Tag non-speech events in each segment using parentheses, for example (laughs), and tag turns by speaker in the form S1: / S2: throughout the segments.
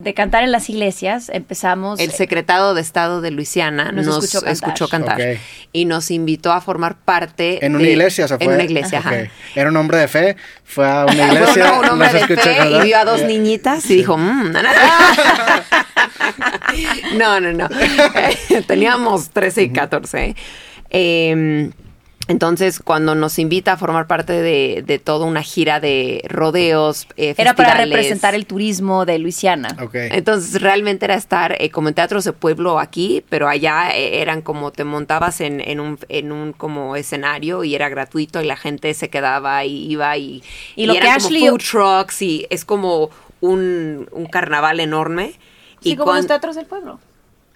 S1: de cantar en las iglesias, empezamos. eh,
S2: El secretado de Estado de Luisiana nos, escuchó cantar, escuchó cantar
S3: Ok.
S2: y nos invitó a formar parte.
S3: En una
S2: de-
S3: iglesia se fue.
S2: Eh, En una iglesia, ajá.
S3: Ok. Era un hombre de fe, fue
S2: (laughs)
S3: a una
S2: Fue
S3: iglesia.
S2: un, un hombre
S3: las
S2: de
S3: escuchó
S2: fe y
S3: cantar. Eh,
S2: vio a dos niñitas y dijo, "Mm, na, (laughs) na, na". no, no, (laughs) no. Teníamos 13 y 14. ¿eh? Eh, entonces, cuando nos invita a formar parte de, de toda una gira de rodeos, eh,
S1: Era para
S2: festivales.
S1: representar el turismo de Luisiana.
S3: Ok.
S2: Entonces realmente era estar eh, como en teatros de pueblo aquí, pero allá eh, eran como te montabas en, en un, en un como escenario y era gratuito y la gente se quedaba y iba y,
S1: Y lo que
S2: eran
S1: Ashley-
S2: como food trucks y es como un, un carnaval enorme.
S1: Sí,
S2: y
S1: como los
S2: cuan-
S1: teatros del pueblo.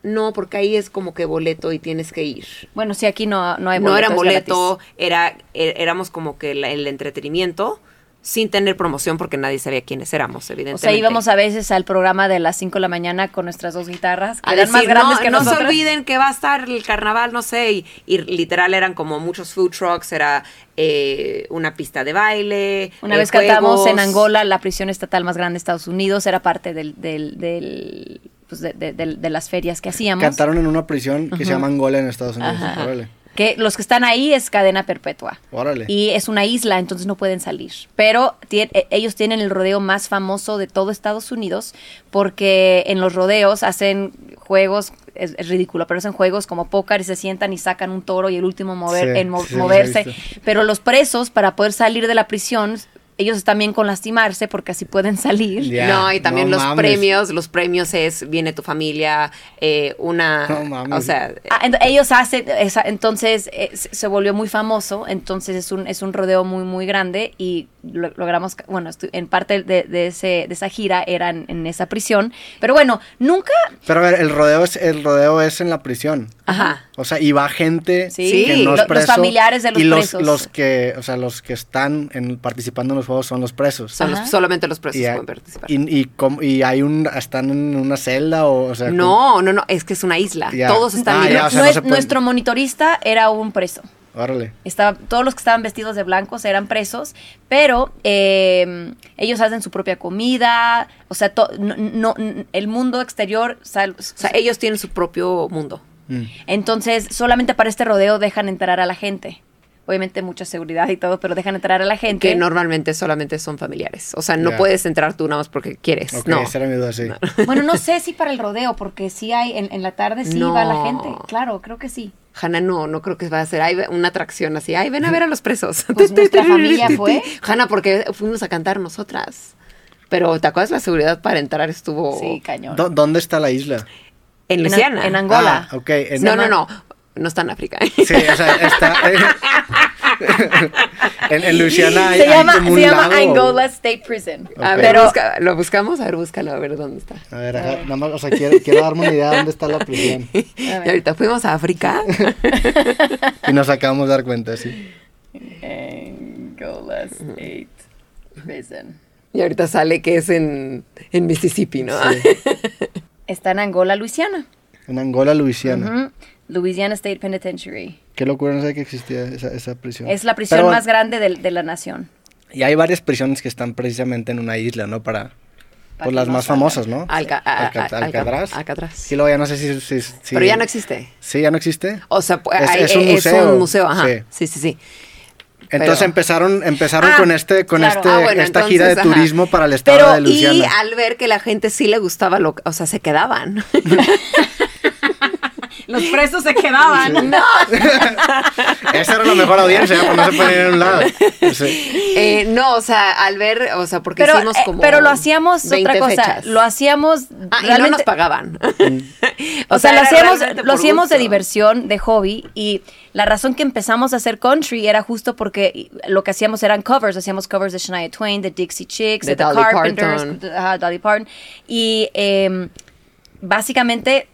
S2: No, porque ahí es como que boleto y tienes que ir.
S1: Bueno, sí, aquí no, no hay boleto.
S2: No era
S1: es
S2: boleto,
S1: gratis.
S2: era, er- éramos como que la- el entretenimiento sin tener promoción porque nadie sabía quiénes éramos,
S1: O
S2: evidentemente.
S1: sea, íbamos a veces al programa de las 5 de la mañana con nuestras dos guitarras, que
S2: a
S1: eran más
S2: decir,
S1: grandes
S2: no,
S1: que
S2: no se
S1: nosotras.
S2: olviden que va a estar el carnaval, no sé, y, y literal eran como muchos food trucks, era eh, una pista de baile.
S1: Una
S2: eh,
S1: vez cantamos en
S2: juegos.
S1: Angola, la prisión estatal más grande de Estados Unidos, era parte del, del, del- pues, de, de- de- de las ferias que hacíamos.
S3: Cantaron en una prisión que se llama Angola en Estados Unidos.
S1: Ajá.
S3: Órale.
S1: Que los que están ahí es cadena perpetua.
S3: Órale.
S1: Y es una isla, entonces no pueden salir. Pero tien- eh, ellos tienen el rodeo más famoso de todo Estados Unidos porque en los rodeos hacen juegos, es, es ridículo, pero hacen juegos como póker y se sientan y sacan un toro y el último mover,
S3: Sí,
S1: en mo-
S3: sí, los he
S1: moverse.
S3: visto.
S1: Pero los presos, para poder salir de la prisión, ellos están bien con lastimarse porque así pueden salir.
S3: Ya,
S2: no, y también
S3: no
S2: los
S3: mames.
S2: premios, los premios es, viene tu familia, eh, una,
S3: No mames.
S2: o sea, eh,
S1: Ah, ent- ellos hacen, esa- entonces eh, se se volvió muy famoso, entonces es un, es un rodeo muy, muy grande y lo- logramos, ca- bueno, estu- en parte de, de ese, de esa gira eran en esa prisión, pero bueno, nunca...
S3: Pero a ver, el rodeo es, el rodeo es en la prisión.
S2: ajá.
S3: O sea, y va gente
S1: Sí.
S3: que no
S1: Lo-
S3: es
S1: los
S3: preso.
S1: familiares de los
S3: y los,
S1: presos.
S3: los que, o sea, los que están en- participando en los juegos son los presos.
S2: Son los-
S1: Ajá.
S2: solamente los presos
S3: y, hay-
S2: pueden participar.
S3: y, y com- y hay un están en una celda o, o sea, como-
S2: no, no, no, es que es una isla.
S3: Ya.
S2: Todos están
S3: Ah, ya,
S2: libres.
S3: o sea, no
S1: Nue-
S3: se pueden-
S1: Nuestro monitorista era un preso.
S3: órale.
S1: Estaba, todos los que estaban vestidos de blancos eran presos, pero eh, ellos hacen su propia comida, o sea, to- no, no- n- el mundo exterior, sal-
S2: O sea, ellos tienen su propio mundo.
S3: Mm.
S1: Entonces, solamente para este rodeo dejan entrar a la gente. Obviamente mucha seguridad y todo, pero dejan entrar a la gente.
S2: Que normalmente solamente son familiares. O sea, no
S3: Ya.
S2: puedes entrar tú nada más porque quieres.
S3: Ok,
S2: no.
S3: esa era mi duda, sí.
S1: Bueno, no sé si para el rodeo, porque sí hay, en, en la tarde sí
S2: No.
S1: va la gente. Claro, creo que sí.
S2: Hanna, no, no creo que va a ser ay, una atracción así. Ay, ven a ver a los presos. (laughs)
S1: Pues nuestra familia fue.
S2: Hanna, porque fuimos a cantar nosotras. Pero, ¿te acuerdas? La seguridad para entrar estuvo
S1: Sí, cañón.
S3: ¿Dó- Oh. ¿Dónde está la isla?
S2: en
S1: En-
S2: Luisiana.
S1: en Angola.
S3: Ah, ok. en-
S2: no, no, no. No está en África. (laughs)
S3: Sí, o sea, está eh, (laughs) en, en Luisiana hay,
S1: se
S3: hay
S1: llama,
S3: como un
S1: se llama
S3: lago.
S1: Angola State Prison.
S2: A ver,
S1: Pero
S2: busca- lo buscamos. A ver, búscalo, a ver dónde está. (laughs)
S3: A ver, ajá, nada más, o sea, quiero, quiero darme una idea de dónde está la prisión.
S2: Y ahorita fuimos a
S1: (laughs)
S2: África.
S3: Y nos acabamos de dar cuenta, sí.
S1: Angola State Prison.
S2: y ahorita sale que es en, en Mississippi, ¿no?
S1: Está en Angola, Luisiana.
S3: En Angola, Luisiana.
S1: Ujú. Louisiana State Penitentiary.
S3: Qué locura, no sé que existía esa, esa prisión.
S1: Es la prisión
S3: Pero bueno,
S1: más grande del- de, la nación.
S3: Y hay varias prisiones que están precisamente en una isla, ¿no? Para, pues
S1: que
S3: las
S1: no
S3: más
S1: salgan.
S3: famosas, ¿no?
S2: (laughs) Alca- a- a-
S3: Alca-
S2: alca-
S3: Alcatraz.
S2: Alcatraz.
S3: Sí, luego ya no sé si... si- si-
S2: Pero ya no existe.
S3: Sí, ya no existe.
S2: O sea, pu-
S3: Es-
S2: hay-
S3: es un museo.
S2: un museo, ajá.
S3: Sí.
S2: sí, sí. sí.
S3: Entonces
S2: Pero-
S3: empezaron, empezaron
S1: Ah,
S3: con este, con
S1: claro.
S3: este,
S2: Ah, bueno,
S3: esta
S2: entonces,
S3: gira de
S2: ajá.
S3: turismo para el estado
S2: Pero,
S3: de Luisiana.
S2: Y al ver que la gente sí le gustaba lo, o sea, se quedaban. (laughs)
S1: Los presos se quedaban.
S3: (laughs) Esa era la mejor audiencia, pues no se puede ir a
S2: (laughs)
S3: un lado. Sí.
S2: Eh, no, o sea, al ver, o sea, porque hicimos
S1: eh,
S2: como
S1: pero lo hacíamos otra
S2: 20
S1: cosa,
S2: fechas.
S1: lo hacíamos
S2: Ah, y no
S1: realmente-
S2: nos
S1: (laughs)
S2: pagaban.
S1: o sea, lo
S2: era
S1: hacíamos,
S2: realmente
S1: lo
S2: por
S1: hacíamos de
S2: gusto.
S1: diversión, de hobby, y la razón que empezamos a hacer country era justo porque lo que hacíamos eran covers, hacíamos covers de Shania Twain, de Dixie Chicks, de,
S2: De
S1: The
S2: Dolly
S1: Carpenters,
S2: Parton.
S1: de- ajá, Dolly Parton, y em, básicamente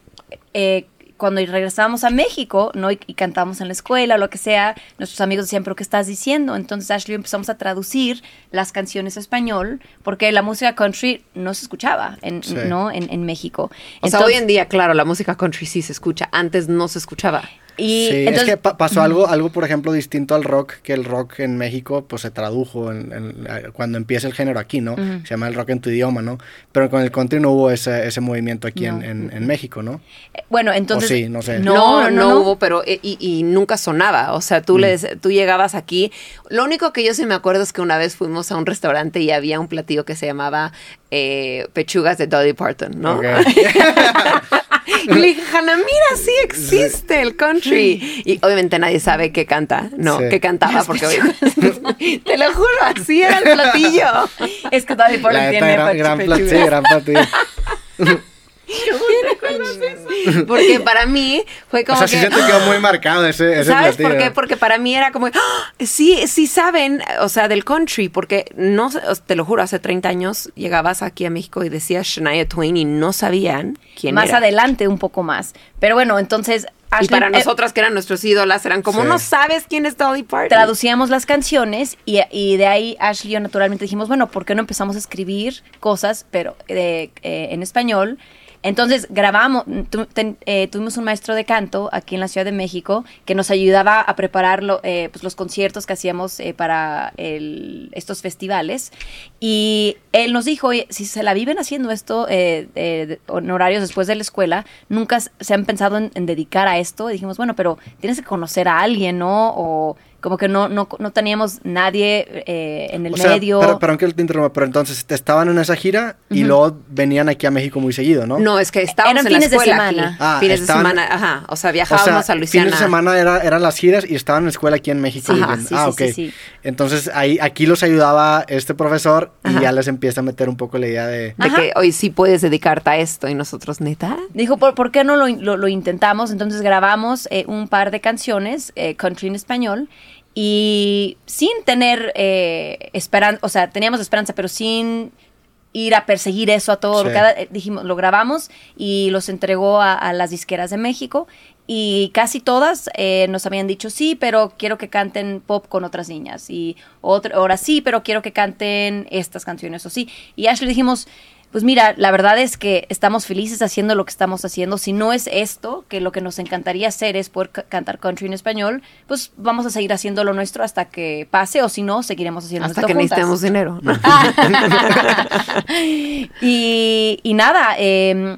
S1: eh, cuando regresábamos a México, ¿no? Y, y cantábamos en la escuela o lo que sea, nuestros amigos decían, ¿pero qué estás diciendo? Entonces Ashley y yo empezamos a traducir las canciones a español, porque la música country no se escuchaba, en,
S3: Sí.
S1: ¿no? En, en México.
S2: O sea,
S1: Entonces-
S2: hoy en día, claro, la música country sí se escucha. Antes no se escuchaba.
S1: Y
S3: sí,
S1: entonces,
S3: es que pa- pasó algo, algo, por ejemplo, distinto al rock, que el rock en México pues se tradujo en- en- cuando empieza el género aquí, ¿no? Se llama el rock en tu idioma, ¿no? Pero con el country no hubo ese, ese movimiento aquí en,
S1: No.
S3: en- en México, ¿no?
S1: eh, bueno, entonces...
S3: sí, no Mm. sé.
S2: No, no, hubo, pero y, y- y nunca sonaba. O sea, tú, les, tú llegabas aquí. Lo único que yo sí me acuerdo es que una vez fuimos a un restaurante y había un platillo que se llamaba eh, pechugas de Dolly Parton, ¿no?
S3: Ok.
S2: (laughs) Y le dije, Hannah, mira, sí existe el country. Y obviamente nadie sabe qué canta, no,
S3: Sí.
S2: qué cantaba, porque obviamente- (laughs) te lo juro, así era el
S3: (laughs)
S2: platillo.
S1: Es que Dolly Parton
S3: La neta,
S1: tiene
S3: gran, gran
S1: pechugas.
S3: plat- sí, gran platillo.
S2: Porque para mí fue (laughs)
S3: O
S2: como
S3: sea,
S2: que.
S3: sí se te quedó muy marcado ese, ese
S2: ¿Sabes
S3: platillo.
S2: por qué? Porque para mí era como, ¡Ah! sí, sí saben, o sea, del country, porque no, sé, os- te lo juro, hace 30 años llegabas aquí a México y decías Shania Twain y no sabían quién
S1: más
S2: era.
S1: adelante un poco más. Pero bueno, entonces
S2: Y
S1: Ashley,
S2: para
S1: eh,
S2: nosotras que eran nuestros ídolas, eran como,
S3: Sí.
S2: no sabes quién es Dolly Parton.
S1: traducíamos las canciones y, y de ahí Ashley y yo naturalmente dijimos, bueno, ¿por qué no empezamos a escribir cosas pero eh, eh, en español? Entonces grabamos, tu- ten- eh, tuvimos un maestro de canto aquí en la Ciudad de México que nos ayudaba a preparar lo- eh, pues, los conciertos que hacíamos eh, para el- estos festivales y él nos dijo, "Oye, si se la viven haciendo esto eh, eh, de- honorarios después de la escuela, nunca s- se han pensado en, en dedicar a esto. Y dijimos, bueno, pero tienes que conocer a alguien, ¿no? O como que no, no, no teníamos nadie eh, en el
S3: O sea,
S1: medio.
S3: pero, perdón que te interrumpa, pero entonces te estaban en esa gira y luego venían aquí a México muy seguido, ¿no?
S2: No, es que estábamos
S1: Eran
S2: en la
S1: fines de
S2: escuela
S1: semana.
S2: aquí.
S3: Ah,
S2: fines
S3: estaban-
S2: de semana, ajá. O sea,
S3: O
S2: viajábamos
S3: sea,
S2: a Luisiana.
S3: Fin de semana era- eran las giras y estaban en la escuela aquí en México.
S1: Sí,
S3: Y
S1: ajá,
S3: bien,
S1: sí,
S3: ah,
S1: sí,
S3: ok.
S1: sí, sí.
S3: Entonces ahí, aquí los ayudaba este profesor y ya les empieza a meter un poco la idea de...
S2: De que hoy sí puedes dedicarte a esto y nosotros, neta.
S1: Dijo, ¿por, por qué no lo, lo- lo intentamos? Entonces grabamos eh, un par de canciones, eh, country en español, y sin tener esperanza, o sea, teníamos esperanza, pero sin ir a perseguir eso a todo. lo
S3: Sí.
S1: que da- eh, dijimos, lo grabamos y los entregó a, a las disqueras de México. Y casi todas eh, nos habían dicho sí, pero quiero que canten pop con otras niñas. Y otra, ahora sí, pero quiero que canten estas canciones o sí. Y Ashley dijimos, pues mira, la verdad es que estamos felices haciendo lo que estamos haciendo. Si no es esto, que lo que nos encantaría hacer es poder ca- cantar country en español, pues vamos a seguir haciendo lo nuestro hasta que pase o si no, seguiremos haciendo
S2: Hasta
S1: esto
S2: que
S1: juntas. Ah,
S2: necesitemos dinero. (laughs) ¿no?
S1: y, y nada, eh,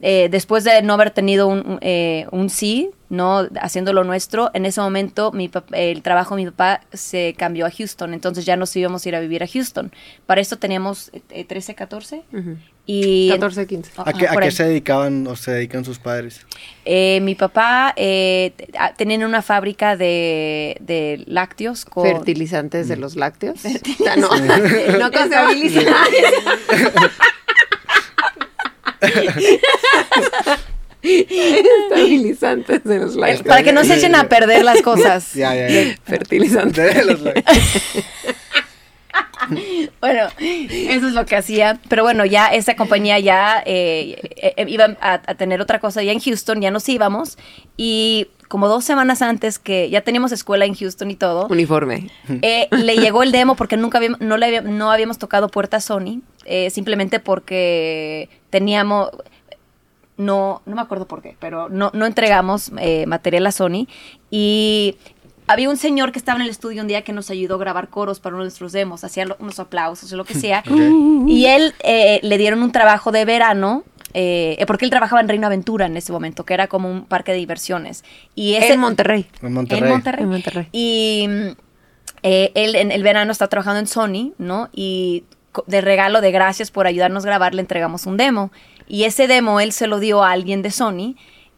S1: eh, después de no haber tenido un, un, eh, un sí, no haciendo lo nuestro, en ese momento mi pap- el trabajo de mi papá se cambió a Houston, entonces ya nos íbamos a ir a vivir a Houston. Para esto teníamos eh, 13, 14 y
S2: 14, 15.
S1: Ah,
S3: ¿A qué,
S1: ah,
S3: a
S1: por
S3: qué
S1: ahí.
S3: se dedicaban o se dedican sus padres?
S1: Eh, mi papá eh, t- ah, tenía una fábrica de, de lácteos con
S2: Fertilizantes de los lácteos. Ah, No, (laughs) no confiabilizan. Estabilizantes de los
S1: El-
S2: lácteos.
S1: para que no se echen a perder las cosas.
S3: (laughs) Ya, ya, ya.
S2: Fertilizantes.
S3: De los-
S1: (laughs) Bueno, eso es lo que hacía. Pero bueno, ya esa compañía ya eh, eh, eh, iba a, a tener otra cosa ya en Houston, ya nos íbamos. Y como dos semanas antes que ya teníamos escuela en Houston y todo,
S2: Uniforme.
S1: eh, le llegó el demo porque nunca habíamos, no, le había- no habíamos tocado puerta a Sony, eh, simplemente porque teníamos, no, no me acuerdo por qué, pero no, no entregamos eh, material a Sony y había un señor que estaba en el estudio un día que nos ayudó a grabar coros para uno de nuestros demos, hacía lo- unos aplausos o lo que sea,
S3: Ok.
S1: y él eh, le dieron un trabajo de verano. eh, porque él trabajaba en Reino Aventura en ese momento, que era como un parque de diversiones. Y ese,
S2: En Monterrey.
S3: En Monterrey.
S1: en Monterrey.
S2: En Monterrey.
S1: Y mm, eh, él en el verano está trabajando en Sony, ¿no? Y co- de regalo de gracias por ayudarnos a grabar le entregamos un demo. Y ese demo él se lo dio a alguien de Sony.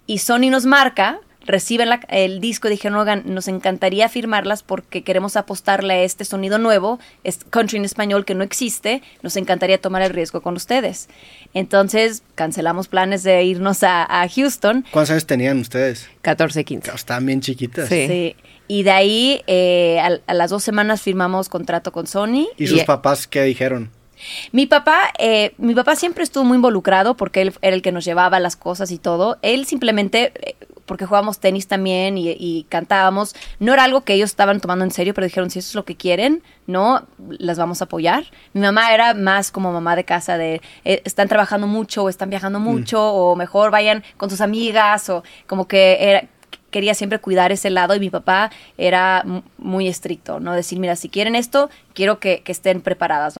S1: Y Sony nos marca, reciben la- el disco y dijeron, oigan, nos encantaría firmarlas porque queremos apostarle a este sonido nuevo, es country en español que no existe, nos encantaría tomar el riesgo con ustedes. Entonces cancelamos planes de irnos a- a Houston
S3: ¿Cuántos años tenían ustedes?
S2: 14, 15.
S3: Estaban bien chiquitas.
S2: Sí.
S1: Sí. este, Y de ahí, eh, al- a, las dos semanas firmamos contrato con Sony.
S3: ¿Y sus
S2: Y-
S3: papás qué dijeron?
S1: Mi papá, eh, mi papá siempre estuvo muy involucrado porque él era el que nos llevaba las cosas y todo. Él simplemente, eh, porque jugábamos tenis también y, y cantábamos, no era algo que ellos estaban tomando en serio, pero dijeron, si eso es lo que quieren, no, las vamos a apoyar. Mi mamá era más como mamá de casa de, eh, están trabajando mucho o están viajando mucho o mejor vayan con sus amigas o como que era quería siempre cuidar ese lado y mi papá era m- muy estricto, ¿no? Decir, mira, si quieren esto, quiero que, que estén preparadas.